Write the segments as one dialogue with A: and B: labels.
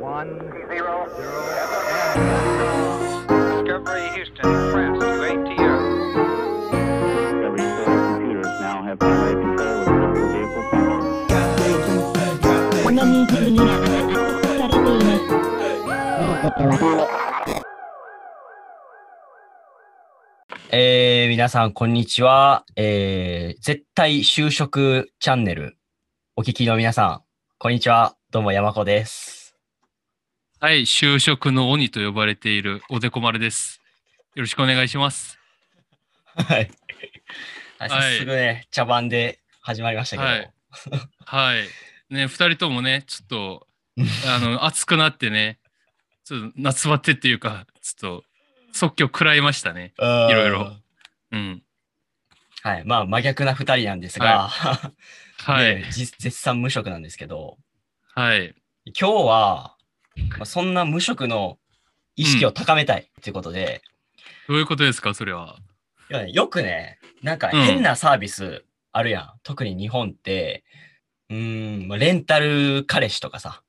A: One zero Discovery Houston Press to ATO.
B: Discovery Solar computers now have highway control of critical vehicle functions.
C: このミーティングには発されています。
D: えー、皆さん、こんにちは。えー、絶対就職チャンネル、お聞きの皆さん、こんにちは。どうも、山子です。
E: はい、就職の鬼と呼ばれているおでこ丸です。よろしくお願いします。
D: はい。
E: い
D: 早速ね、茶番で始まりましたけど、
E: はいはい。ね、二人ともね、ちょっ と、あの、暑くなってね、ちょっと夏バテっていうか、ちょっと、即興食らいましたね。
D: うん
E: いろいろ。うん。
D: はい。まあ、真逆な二人なんですが、
E: はい。
D: ねじ絶賛無職なんですけど、
E: はい。
D: 今日は、まあ、そんな無職の意識を高めたいということで、
E: どういうことですか、それは。
D: いやねよくね、なんか
E: うん
D: 変なサービスあるやん。特に日本って、うーん、まあレンタル彼氏とかさ。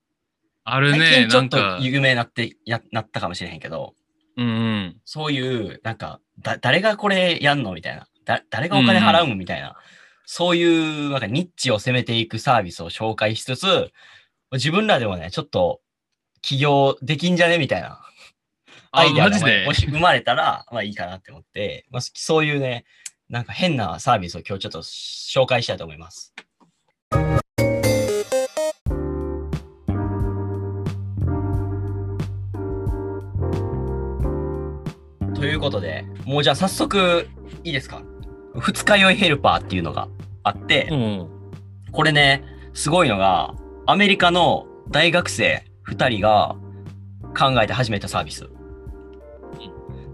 E: ある
D: 最
E: ね、
D: 近ち
E: な
D: ょっ
E: ん
D: と
E: か、
D: 有名になってやなったかもしれへんけど、
E: うんうん。
D: そういう、なんか、だ誰がこれやんのみたいな。だ誰がお金払うのみたいな。そういう、なんかニッチを攻めていくサービスを紹介しつつ、自分らでもね、ちょっと起業できんじゃねみたいな。ア
E: あ、
D: イデア
E: マ
D: が
E: ジ
D: ね
E: で
D: も。し生まれたら、まあいいかなって思って、まあ、そういうね、なんか変なサービスを今日ちょっと紹介したいと思います。ということで、もうじゃあ早速いいですか二日酔いヘルパーっていうのがあって、
E: うん。
D: これね、すごいのが、アメリカの大学生2人が考えて始めたサービス。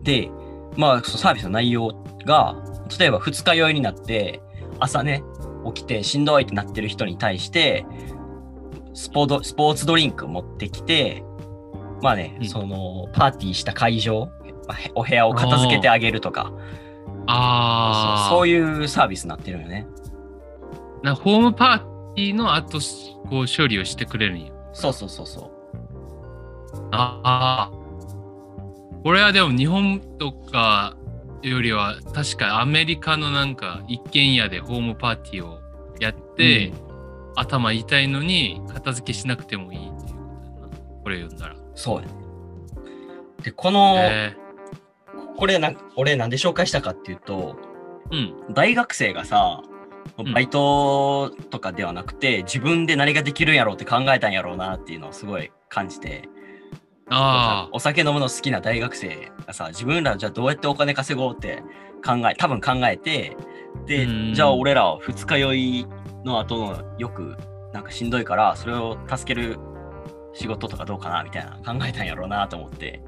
D: で、まあ、そのサービスの内容が、例えば二日酔いになって、朝ね、起きてしんどいってなってる人に対して、スポドスポーツドリンク持ってきて、まあね、
E: うん
D: そのパーティーした会場、まあへお部屋を片付けてあげるとか、
E: ああ。
D: そうそういうサービスになってるよね。
E: なホームパーティーの後、こう、処理をしてくれるんや。
D: そうそうそうそう。
E: ああ。これはでも日本とかよりは確かアメリカのなんか一軒家でホームパーティーをやって、
D: うん
E: 頭痛いのに片付けしなくてもいいっていうことだな。これ読んだら。
D: そうやね。で、この、
E: え
D: これなん、俺なんで紹介したかっていうと、
E: ーうん。
D: 大学生がさ、
E: うん
D: バイトとかではなくて、自分で何ができるんやろうって考えたんやろうなっていうのをすごい感じて、
E: あ
D: お酒飲むの好きな大学生がさ、自分らじゃあどうやってお金稼ごうって考え、多分考えて、で、
E: うん
D: じゃあ俺ら二日酔いの後のよくなんかしんどいから、それを助ける仕事とかどうかなみたいな考えたんやろうなと思って。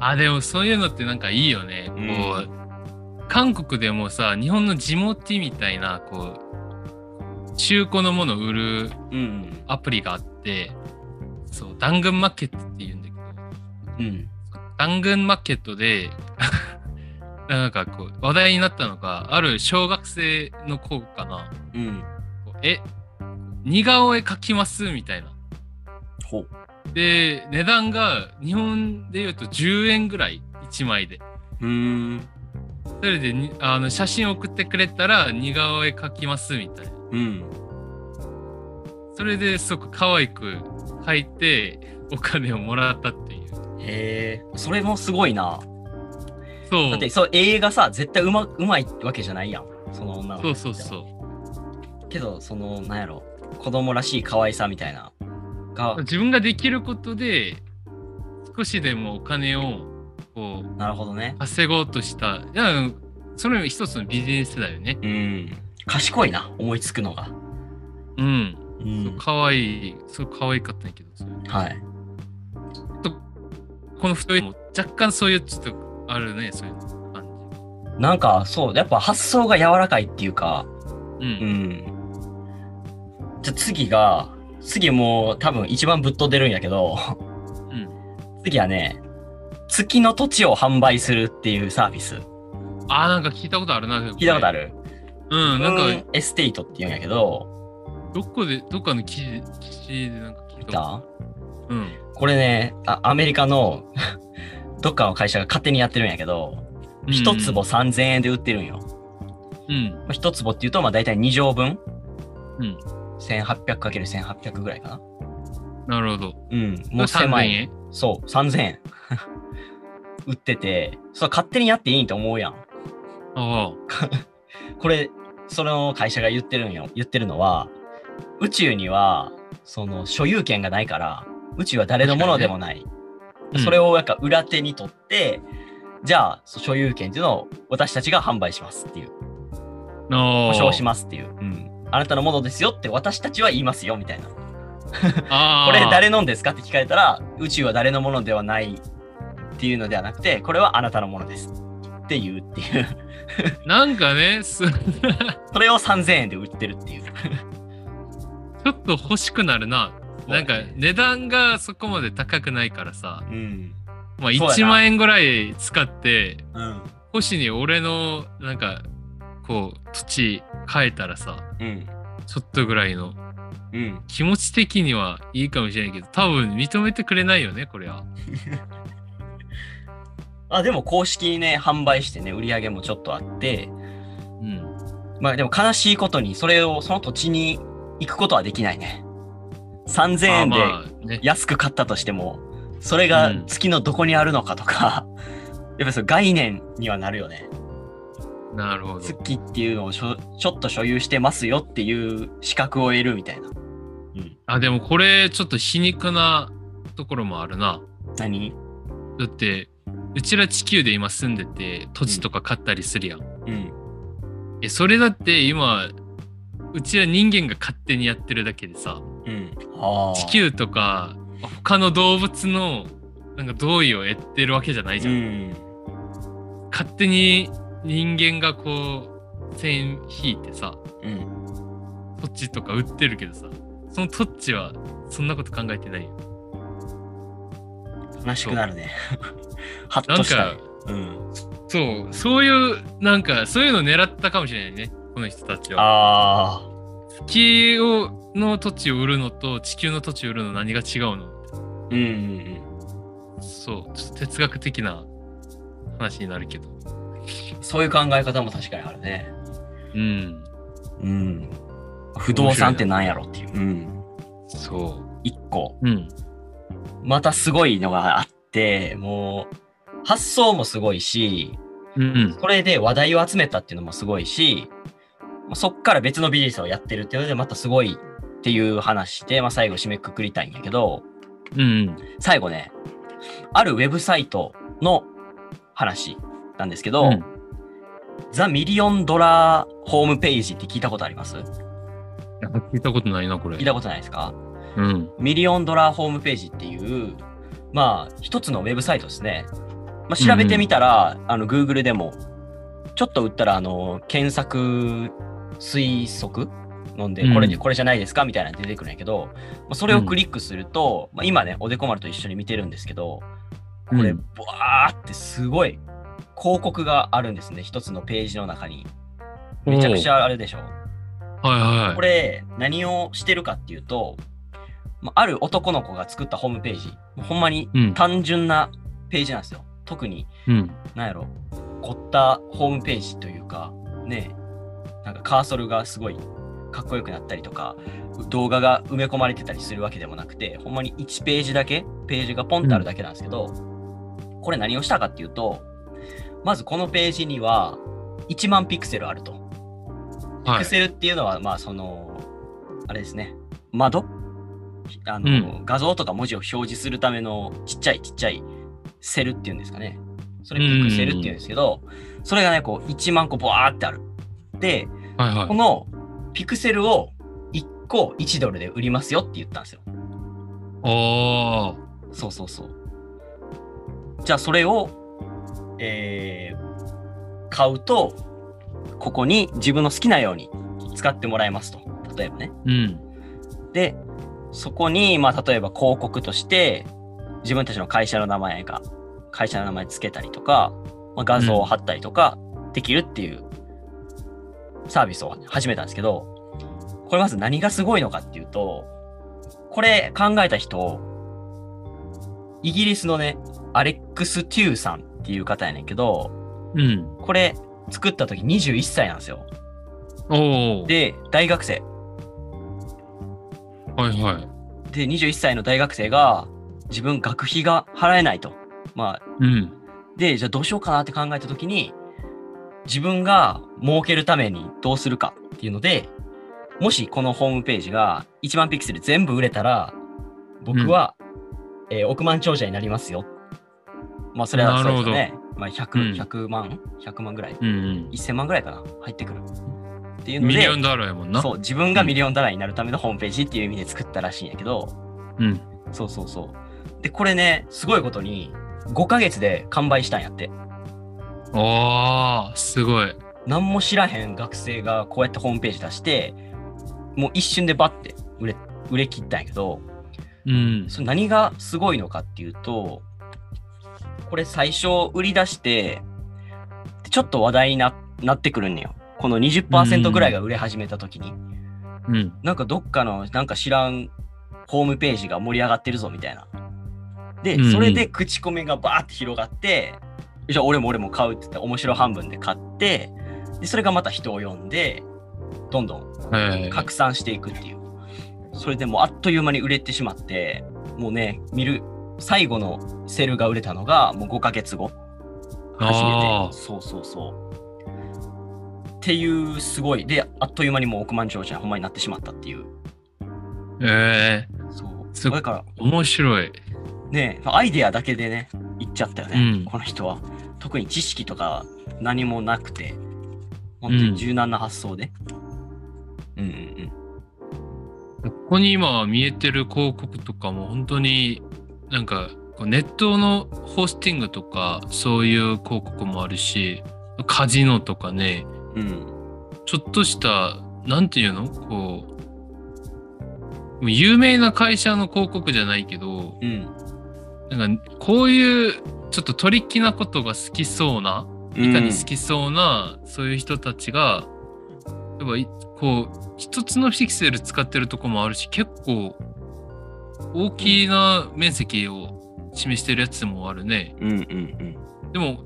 E: あ。あ、でもそういうのってなんかいいよね。こう、韓国でもさ、日本の地元みたいな、こう、中古のものを売る
D: うん。
E: アプリがあって、そう、ダングンマーケットっていうんだけど、
D: うん。
E: 単軍マーケットで なんかこう話題になったのがある小学生の子かな
D: うん。
E: こうえ似顔絵描きますみたいな
D: ほう。
E: で値段が日本で言うと10円ぐらい1枚で
D: うーん。
E: それでにあの写真送ってくれたら似顔絵描きますみたいな
D: うん。
E: それですごく可愛く描いてお金をもらったっていう
D: へえ、それもすごいな。
E: そう
D: だって、そう、映画さ、絶対うまうまいわけじゃないやん。その女の子
E: そ
D: っ
E: う
D: て
E: そうそう
D: けど、その、なんやろ、子供らしい可愛さみたいな。が、
E: 自分ができることで少しでもお金をこう
D: なるほどね。
E: 稼ごうとしたいやそれも一つのビジネスだよね
D: うん。賢いな、思いつくのが。
E: うん、
D: う。
E: そうん可愛いそう可愛かったんやけどそれ
D: はい。
E: この太いも若干そういうちょっとあるねそういう感
D: なんか、そう、やっぱ発想が柔らかいっていうか、
E: じ
D: う
E: う、
D: んん。じゃあ次が、次もう多分一番ぶっ飛んでるんやけど、
E: うん
D: 次はね、月の土地を販売するっていうサービス。
E: あーなんか聞いたことあるな
D: 聞いたことあ
E: る
D: る
E: うんなん
D: う
E: か
D: んエステイトって言うんやけど、
E: どこでどっかの記事記事でなんか聞い
D: 見
E: た
D: た
E: ことあるうん
D: これね、あアメリカの どっかの会社が勝手にやってるんやけど、一坪3000円で売ってるんよ。
E: うん。
D: まあ一坪っていうと、まあ大体2畳分。
E: うん。
D: 1800×1800 ぐらいかな。
E: なるほど。
D: うん。もう狭い。
E: 3000円
D: そう、3000円。 売ってて、そう勝手にやっていいんと思うやん。
E: ああ。
D: これ、その会社が言ってるんよ。言ってるのは、宇宙には、その所有権がないから、宇宙は誰のものでもない。
E: うん
D: それをなんか裏手に取って、じゃあ、そ所有権っていうのを私たちが販売しますっていう。
E: ああ。
D: 保証しますっていう。うん。あなたのものですよって私たちは言いますよみたいな。こ
E: ああ。
D: れ誰のんですかって聞かれたら、宇宙は誰のものではないっていうのではなくて、これはあなたのものですっていうっていう。
E: なんかね、す ち
D: それを3000円で売ってるっていう。
E: ょっと欲しくなるな。なんか値段がそこまで高くないからさ、
D: うん。そ
E: まあ、
D: うやな
E: 1万円ぐらい使って、
D: うん。
E: 星に俺のなんかこう土地変えたらさ、
D: うん。
E: ちょっとぐらいの
D: うん。
E: 気持ち的にはいいかもしれないけど、多分認めてくれないよね、これは。
D: あでも公式にね販売してね売り上げもちょっとあって
E: うん。
D: まあでも悲しいことにそれをその土地に行くことはできないね3000円で
E: あまあね。
D: 安く買ったとしてもそれが月のどこにあるのかとか、 やっぱりその概念にはなるよね
E: なるほど。
D: 月っていうのをしょちょっと所有してますよっていう資格を得るみたいな
E: あ、でもこれちょっと皮肉なところもあるな。
D: 何
E: だって、うちら地球で今住んでて土地とか買ったりするやん。
D: うん
E: え、それだって今、うちら人間が勝手にやってるだけでさ、
D: うんあー
E: 地球とか他の動物のなんか同意を得てるわけじゃないじ
D: う
E: ゃん。
D: ん
E: 勝手に人間がこう線引いてさ、
D: うん
E: 土地とか売ってるけどさ、その土地はそんなこと考えてないよ。
D: 悲しくなるねハッ
E: な
D: と
E: ん
D: した
E: か
D: ね、うん
E: そう、そういう、なんか、そういうの狙ったかもしれないね、この人たちは。
D: ああ
E: 地球をの土地を売るのと地球の土地を売るの何が違うの
D: うんうん
E: そう、ちょっと哲学的な話になるけど。
D: うんそういう考え方も確かにあるね
E: うん、
D: うん不動産ってなんやろっていう、うん、
E: そ
D: 一個
E: う。うん。
D: またすごいのがあってもう発想もすごいし
E: うん。
D: それで話題を集めたっていうのもすごいしまあそっから別のビジネスをやってるっていうのでまたすごいっていう話で、まあ、最後締めくくりたいんやけど
E: うん。
D: 最後ねあるウェブサイトの話なんですけど、
E: うん
D: ザ・ミリオンドラーホームページって聞いたことあります
E: いや聞いたことないな、これ
D: 聞い。たことないですか
E: うん。
D: ミリオンドラーホームページっていう、まあ、一つのウェブサイトですね。まあ、調べてみたら、あの、Google でも、ちょっと打ったら、あの、検索推測飲んで、これで、
E: うん
D: これじゃないですかみたいなの出てくるんやけど、まあ、それをクリックすると、まあ、今ね、おでこ丸と一緒に見てるんですけど、これ、
E: う
D: ブ
E: ん
D: ワーってすごい広告があるんですね。一つのページの中に。めちゃくちゃあるでしょ。
E: はいはい。
D: これ何をしてるかっていうと、まあある男の子が作ったホームページほんまに
E: うん。
D: 単純なページなんですよ特に
E: うん。
D: なんやろ凝ったホームページというかねなんかカーソルがすごいかっこよくなったりとか動画が埋め込まれてたりするわけでもなくてほんまに1ページだけページがポンとあるだけなんですけど、これ何をしたかっていうとまずこのページには1万ピクセルあると。ピ
E: は
D: ク
E: い。
D: セルっていうのは、まあ、その、あれですね、窓あの、画像とか文字を表示するためのちっちゃいちっちゃいセルっていうんですかね。それピクセルっていうんですけど、それがね、こう、1万個ボワーってある。で、
E: はい
D: こ
E: は
D: のピクセルを1個1ドルで売りますよって言ったんですよ。
E: い。おー。
D: そうそうそう。じゃあそれを、えー買うと、ここに自分の好きなように使ってもらえますと。例えばね。
E: うん。
D: で、そこに、まあ、例えば広告として、自分たちの会社の名前が、会社の名前つけたりとか、まあ、画像を貼ったりとかできるっていうサービスを始めたんですけど、これまず何がすごいのかっていうと、これ考えた人、イギリスのね、アレックス・テューさんっていう方やねんけど、
E: うん。
D: これ作った時21歳なんですよ。
E: おお。
D: で、大学生。
E: はいはい。
D: で、21歳の大学生が自分学費が払えないと。まあ、
E: うん。
D: で、じゃあどうしようかなって考えた時に、自分が儲けるためにどうするかっていうので、もしこのホームページが1万ピクセル全部売れたら、僕は、えー億万長者になりますよ。まあ、それは
E: な
D: そ
E: る
D: うで
E: ほ
D: す
E: ど
D: よね。まあ、100、
E: うん
D: 100万 ?100 万ぐらい
E: うん。
D: ?1000 万ぐらいかな入ってくる。っていううんの
E: ミ
D: で
E: リオン、ダラーやもんな。
D: そう、自分がミリオンダラーになるためのホームページっていう意味で作ったらしいんやけど、
E: うん。
D: そうそうそう。で、これね、すごいことに、5ヶ月で完売したんやって。
E: おー、すごい。
D: 何も知らへん学生がこうやってホームページ出して、もう一瞬でバッて売れ、売れ切ったんやけど、
E: うん。
D: それ何がすごいのかっていうと、これ最初売り出して、でちょっと話題にななってくるんよ。この20%ぐらいが売れ始めた時に。
E: うん。
D: なんかどっかのなんか知らんホームページが盛り上がってるぞみたいな。で
E: うんう、ん
D: それで口コミがバーって広がって、じゃあ俺も俺も買うって言って面白半分で買って、で、それがまた人を呼んで、どんどん
E: はい。
D: 拡散していくっていう。それでもうあっという間に売れてしまって、もうね、見る、最後のセルが売れたのがもう5ヶ月後。初め
E: あ
D: て。そうそうそう。っていうすごい。で、あっという間にもう億万長者にほんまになってしまったっていう。
E: ー。え
D: そ
E: す
D: う。だから
E: ー、面白い。
D: ね、アイデアだけでね、いっちゃったよね、
E: うん
D: この人は。特に知識とか何もなくて、本当に柔軟な発想で。うん、うんうん
E: ここに今見えてる広告とかも本当になんかこうネットのホスティングとかそういう広告もあるしカジノとかね
D: うん。
E: ちょっとしたなんていうのこう有名な会社の広告じゃないけど
D: うん。
E: なんかこういうちょっとトリッキーなことが好きそうな
D: うん。
E: 板に好きそうな、そういう人たちがやっぱいこう一つのピクセル使ってるとこもあるし結構大きな面積を示してるやつもあるね
D: うんうん
E: でも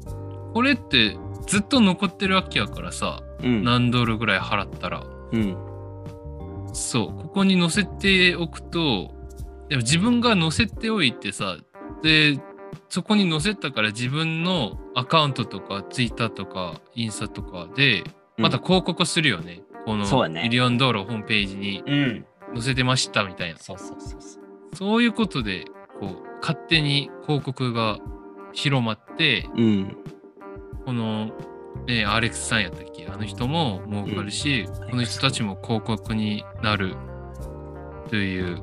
E: これってずっと残ってるわけやからさ
D: うん。うん。
E: 何ドルぐらい払ったら
D: うん。
E: そうここに載せておくとでも自分が載せておいてさでそこに載せたから自分のアカウントとかツイッターとかインスタとかでまた広告するよね、こ
D: そう
E: の
D: だね
E: ミリオンドールホームページに
D: うん。
E: 載せてましたみたいな
D: そうそうそうそう。
E: そういうことでこう勝手に広告が広まって
D: うん。
E: この、ね、アレックスさんやったっけあの人も儲かるし、この人たちも広告になるという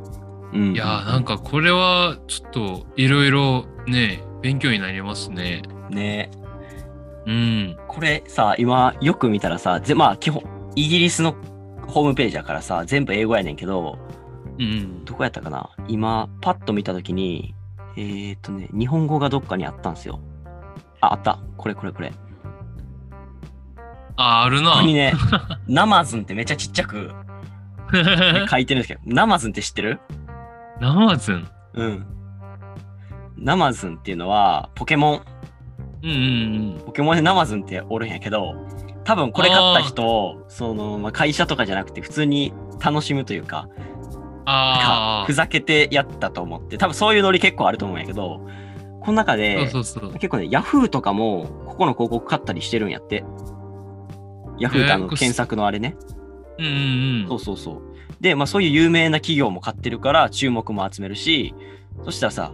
D: うん。
E: いやーなんかこれはちょっといろいろね勉強になりますね。
D: ね
E: うん。
D: これさ、今よく見たらさ、ぜまあ基本、イギリスのホームページやからさ、全部英語やねんけど、
E: うん。
D: どこやったかな今、パッと見たときに、えー、っとね、日本語がどっかにあったんですよ。あ、あった。これこれこれ。こ
E: ああるな
D: こ。に ね、ナマズンってめっちゃちっちゃく書いてるんですけど、ナマズンって知ってる
E: ナマズン。
D: うん。ナマズンっていうのは、ポケモン。
E: うんうん
D: ポケモンでナマズンっておるんやけど、多分これ買った人、その、まあ、会社とかじゃなくて、普通に楽しむというか、
E: う
D: か
E: ん。あ
D: ふざけてやったと思って、多分そういうノリ結構あると思うんやけど、この中で、
E: あ。そうそうそう。
D: 結構ね、ヤフーとかも、ここの広告買ったりしてるんやって。ヤフーってあ
E: えー
D: の
E: これ
D: 検索のあれね。
E: うんうんう
D: そ
E: ん
D: う。そうそう。で、まあそういう有名な企業も買ってるから注目も集めるし、そしたらさ、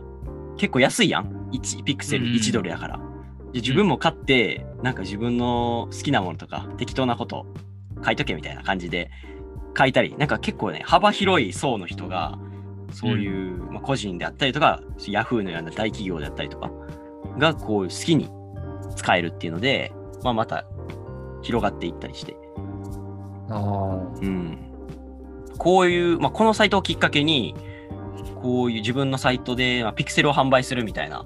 D: 結構安いやん。1ピクセル
E: うん
D: 1ドルやから。で自分も買って、なんか自分の好きなものとか適当なこと書いとけみたいな感じで書いたり、なんか結構ね、幅広い層の人が、そういう、まあ、個人であったりとか、ヤフーのような大企業であったりとかが、こう好きに使えるっていうので、まあまた広がっていったりして。
E: あ
D: うん、こういう、まあ、このサイトをきっかけにこういう自分のサイトで、まあ、ピクセルを販売するみたいな
E: あ。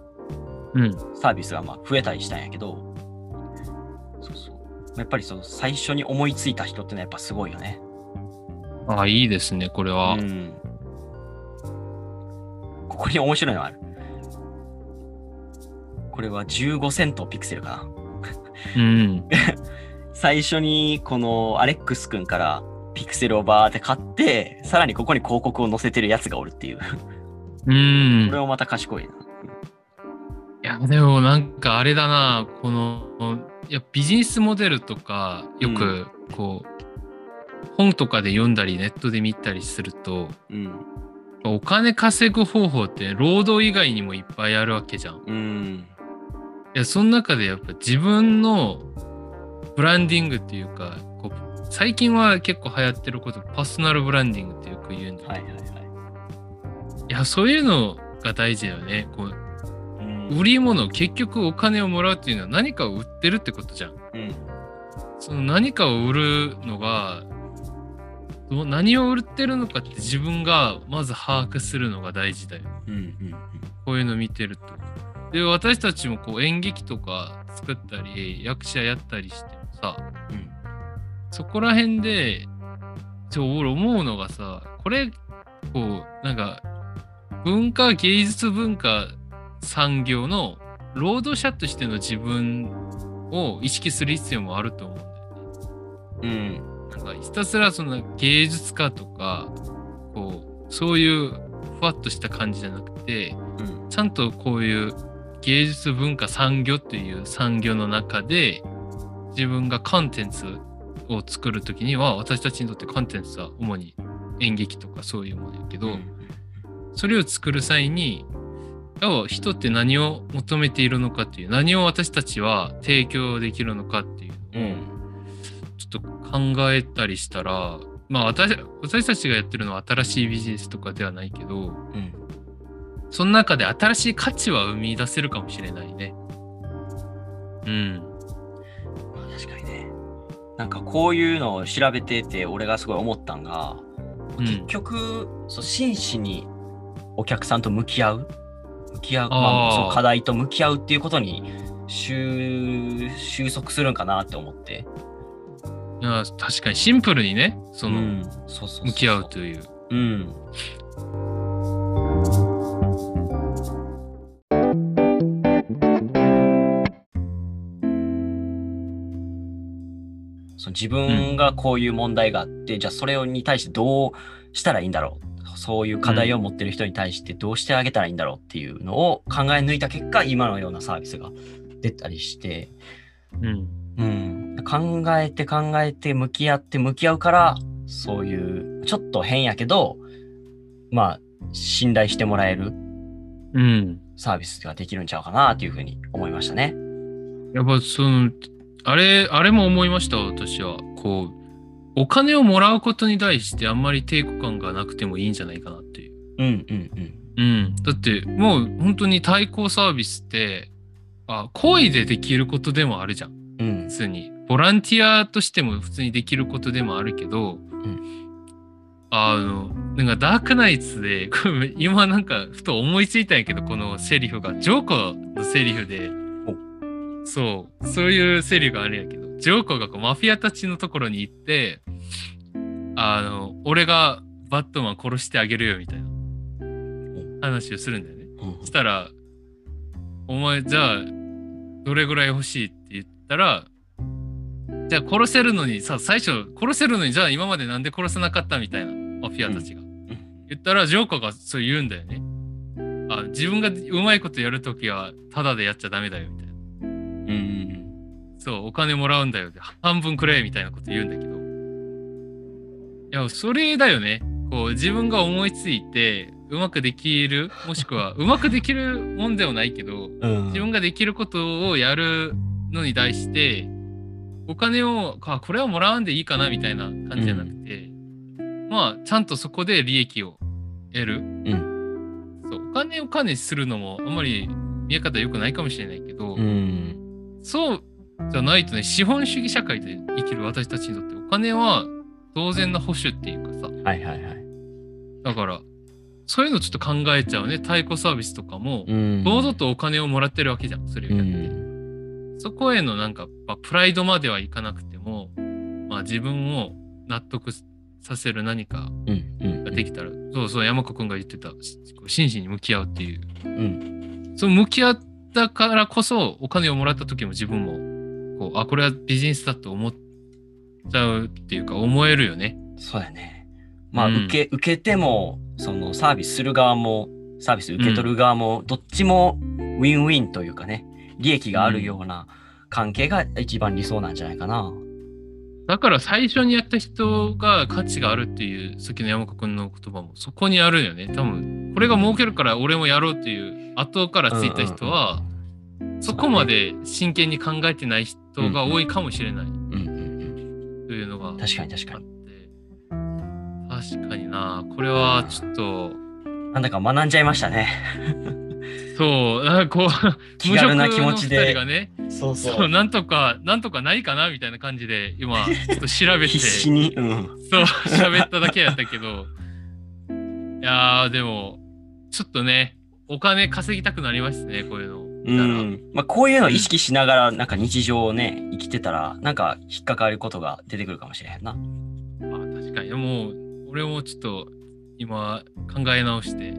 E: うん。
D: サービスがまあ増えたりしたんやけどそうそうやっぱりその最初に思いついた人ってのはやっぱすごいよね。
E: ああいいですねこれは
D: う。んここに面白いのがある。これは15セントピクセルかな。
E: うん。
D: 最初にこのアレックス君からピクセルをバーって買って、さらにここに広告を載せてるやつがおるっていう。こ
E: うん。
D: れもまた賢いな。
E: いや、でもなんかあれだな、この、いや、ビジネスモデルとか、よ
D: う
E: く、こう、本とかで読んだり、ネットで見たりすると、
D: うん。
E: お金稼ぐ方法って、労働以外にもいっぱいあるわけじゃん。い
D: うん。
E: や、その中でやっぱ自分のブランディングっていうか、こう最近は結構流行ってること、パーソナルブランディングってよく言うんだけど、
D: はい
E: い、
D: はいは
E: や、そういうのが大事だよね。こ
D: い。
E: う
D: うん
E: 売り物、結局お金をもらうっていうのは何かを売ってるってことじゃん。
D: うん。
E: その何かを売るのがどう何を売ってるのかって自分がまず把握するのが大事だよ
D: うん。うん。
E: こういうの見てるとで私たちもこう演劇とか作ったり役者やったりしてもさ
D: うん。
E: そこら辺でちょ俺思うのがさこれこうなんか文化芸術文化産業の労働者としての自分を意識する必要もあると思うんだよ
D: う
E: ね。
D: ん。
E: なんかひたすらその芸術家とかこうそういうふわっとした感じじゃなくて
D: うん。
E: ちゃんとこういう芸術文化産業という産業の中で自分がコンテンツを作る時には私たちにとってコンテンツは主に演劇とかそういうものやけど、それを作る際に要は人って何を求めているのかっていう何を私たちは提供できるのかっていう
D: う
E: のを、
D: ん。
E: ちょっと考えたりしたら、まあ私私たちがやってるのは新しいビジネスとかではないけど、
D: うん。
E: その中で新しい価値は生み出せるかもしれないね。うん。
D: まあ確かにね。なんかこういうのを調べてて、俺がすごい思ったんが、
E: うん
D: 結、局、そう真摯にお客さんと向き合う向き合う、
E: あー
D: まあ、そう課題と向き合うっていうことに収収束するんかなって思って、
E: いや確かにシンプルにね、その、
D: ん、そうそうそう
E: 向き合うという。
D: うんその自分がこういう問題があって、じゃあそれに対してどうしたらいいんだろうそういう課題を持ってる人に対してどうしてあげたらいいんだろうっていうのを考え抜いた結果今のようなサービスが出たりして、
E: うん。
D: うん、考えて考えて向き合って向き合うからそういうちょっと変やけどまあ信頼してもらえる
E: うん。
D: サービスができるんちゃうかなというふうに思いましたね。
E: やっぱその、あれ、あれも思いました、私は。こう、お金をもらうことに対してあんまり抵抗感がなくてもいいんじゃないかなっていう。
D: うんうんうん
E: うん、だってもう本当に対抗サービスってあ恋でできることでもあるじゃん
D: うん
E: 普通にボランティアとしても普通にできることでもあるけど、あのなんかダークナイツで これ今なんかふと思いついたんやけどこのセリフがジョーコのセリフでそうそういうセリフがあるんやけどジョーコがこうマフィアたちのところに行ってあの俺がバットマン殺してあげるよみたいな話をするんだよね。
D: うん
E: したら、お前じゃあ、どれぐらい欲しいって言ったら、じゃあ殺せるのにさ、最初殺せるのにじゃあ今までなんで殺せなかったみたいな、マフィアたちが。言ったら、ジョーカーがそう言うんだよね。あ自分がうまいことやるときは、ただでやっちゃダメだよみたいな。
D: うんうん
E: そう、お金もらうんだよって、半分くれみたいなこと言うんだけど。いや、それだよね。こう、自分が思いついて、うまくできる、もしくは、うまくできるもんではないけど、
D: うん
E: 自分ができることをやるのに対してお金をあこれはもらわんでいいかなみたいな感じじゃなくて、まあちゃんとそこで利益を得る、そうお金を金にするのもあんまり見え方良くないかもしれないけど、
D: うん
E: そうじゃないとね資本主義社会で生きる私たちにとってお金は当然の保守っていうかさ
D: はいはいはい。
E: だからそういうのちょっと考えちゃうね太鼓サービスとかも
D: うん
E: 堂々とお金をもらってるわけじゃんそれを
D: う
E: やって。
D: ん
E: そこへのなんか、まあ、プライドまではいかなくても、まあ、自分を納得させる何か
D: うんうん
E: ができたら、そうそう山子くんが言ってたしこう真摯に向き合うっていう
D: うん
E: その向き合ったからこそ、お金をもらった時も自分も、こう、あ、これはビジネスだと思っちゃうっていうか、思えるよね。
D: そうやね。まあ、
E: うん
D: 受け、受けても、そのサービスする側も、サービス受け取る側も、どっちもウィンウィンというかね、利益があるような関係が一番理想なんじゃないかな。
E: だから最初にやった人が価値があるっていう、さっきの山岡君の言葉も、そこにあるよね。多分、これが儲けるから俺もやろうっていう、後からついた人は、そこまで真剣に考えてない人が多いかもしれない
D: うんうんうん。
E: というのが
D: 確かに確かに。
E: あって。確かにな。これはちょっと、
D: なんだか学んじゃいましたね。
E: そう、なんかこう、
D: 気軽な気持ち
E: 無職の二
D: で
E: 人がね、
D: そう
E: そう、。なんとか、なんとかないかなみたいな感じで、今、ちょっと調べて、
D: 必死に。うん。
E: そう、喋っただけやったけど、いやー、でも、ちょっとね、お金稼ぎたくなりますね、こういうの。
D: う
E: だから
D: んまあ、こういうのを意識しながら、なんか日常をね、生きてたら、なんか引っかかることが出てくるかもしれへんな。
E: まあ、確かに、もう、俺もちょっと、今、考え直して、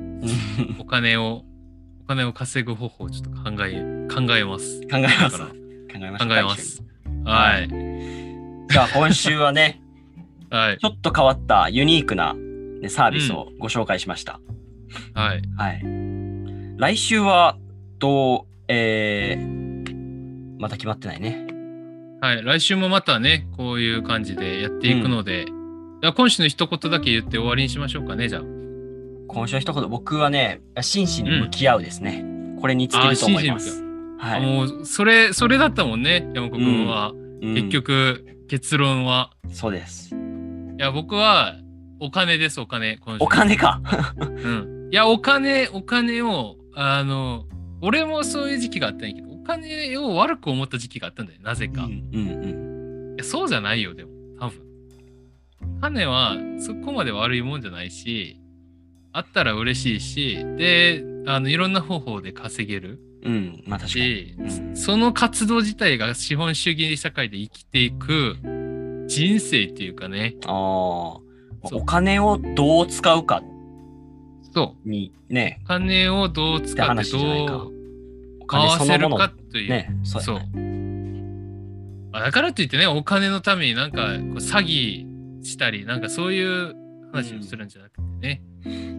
E: お金を、お金を稼ぐ方法をちょっと考え、考えます。
D: 考えま
E: だ
D: す。
E: か
D: 考
E: ら
D: えましょう
E: 考えます。。はい。
D: じゃあ今週はね、
E: はい。
D: ちょっと変わったユニークな、ね、サービスをご紹介しました。
E: はい。
D: はい。来週は、と、えー、また決まってないね。
E: はい、来週もまたね、こういう感じでやっていくので、じゃあ今週の一言だけ言って終わりにしましょうかね、じゃあ。
D: 今週は一言、僕はね、真摯に向き合うですね。これに尽きると思いま
E: あー真
D: す。
E: 摯
D: はい。
E: もう、それ、それだったもんね、山子君は。
D: うん
E: 結。局、結論は。
D: そうです。
E: いや、僕は、お金です、お金。今週
D: お金か。
E: うん。いや、お金、お金を、あの、俺もそういう時期があったんやけど、お金を悪く思った時期があったんだよ、なぜ
D: うん
E: か。
D: う
E: い
D: ん
E: やそうじゃないよ、でも、多分。金はそこまで悪いもんじゃないし、あったら嬉しいし、で、あのいろんな方法で稼げる
D: うん。うん。まあ確かに。
E: し、
D: うん
E: その活動自体が資本主義社会で生きていく人生っていうかね、
D: あー
E: そう
D: お金をどう使うか
E: そう、
D: にね、
E: お金をどう
D: っ
E: 使
D: て
E: って
D: 話じゃないか
E: どう
D: お
E: 合
D: 金
E: わ
D: そ
E: せ
D: の
E: る
D: もの
E: かという。
D: ね、そうや
E: そう
D: ね。
E: まあだからといってね、お金のためになんかこう詐欺したり、なんかそういう話をするんじゃなくてね、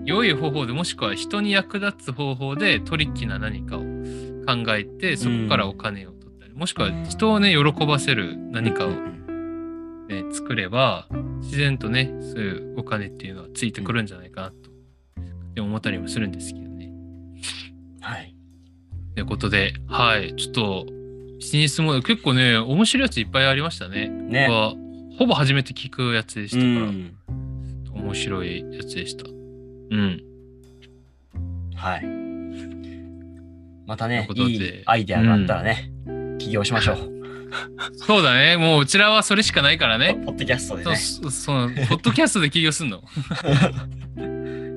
E: 良い方法でもしくは人に役立つ方法でトリッキーな何かを考えて、そこからお金を取ったり、もしくは人をね、喜ばせる何かを、
D: うん
E: ね、作れば、自然とね、そういうお金っていうのはついてくるんじゃないかなと、でも思ったりもするんですけどね。
D: はい。
E: ということで、はい、ちょっと、ビジネスモデル、結構ね、面白いやついっぱいありましたね。
D: ね。
E: はほぼ初めて聞くやつでした
D: う
E: から、
D: ん
E: 面白いやつでした。うん。
D: はい。またね、
E: という
D: い
E: ことで
D: いアイデアがあったらね、起業しましょう。
E: そうだね、もううちらはそれしかないから ね。
D: ポッドキャストで
E: そ
D: ね
E: う。そそうポッドキャストで起業すん の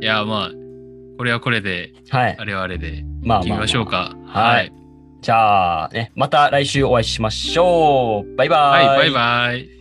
E: いや、まあ、これはこれで、
D: はい
E: あ。れはあれで、
D: まあ
E: 聞き
D: まあま
E: ま
D: あ
E: しょう。か。
D: はいじゃあね、また来週お会いしましょう。バイバ
E: は
D: イ。
E: い、はいバイバイ。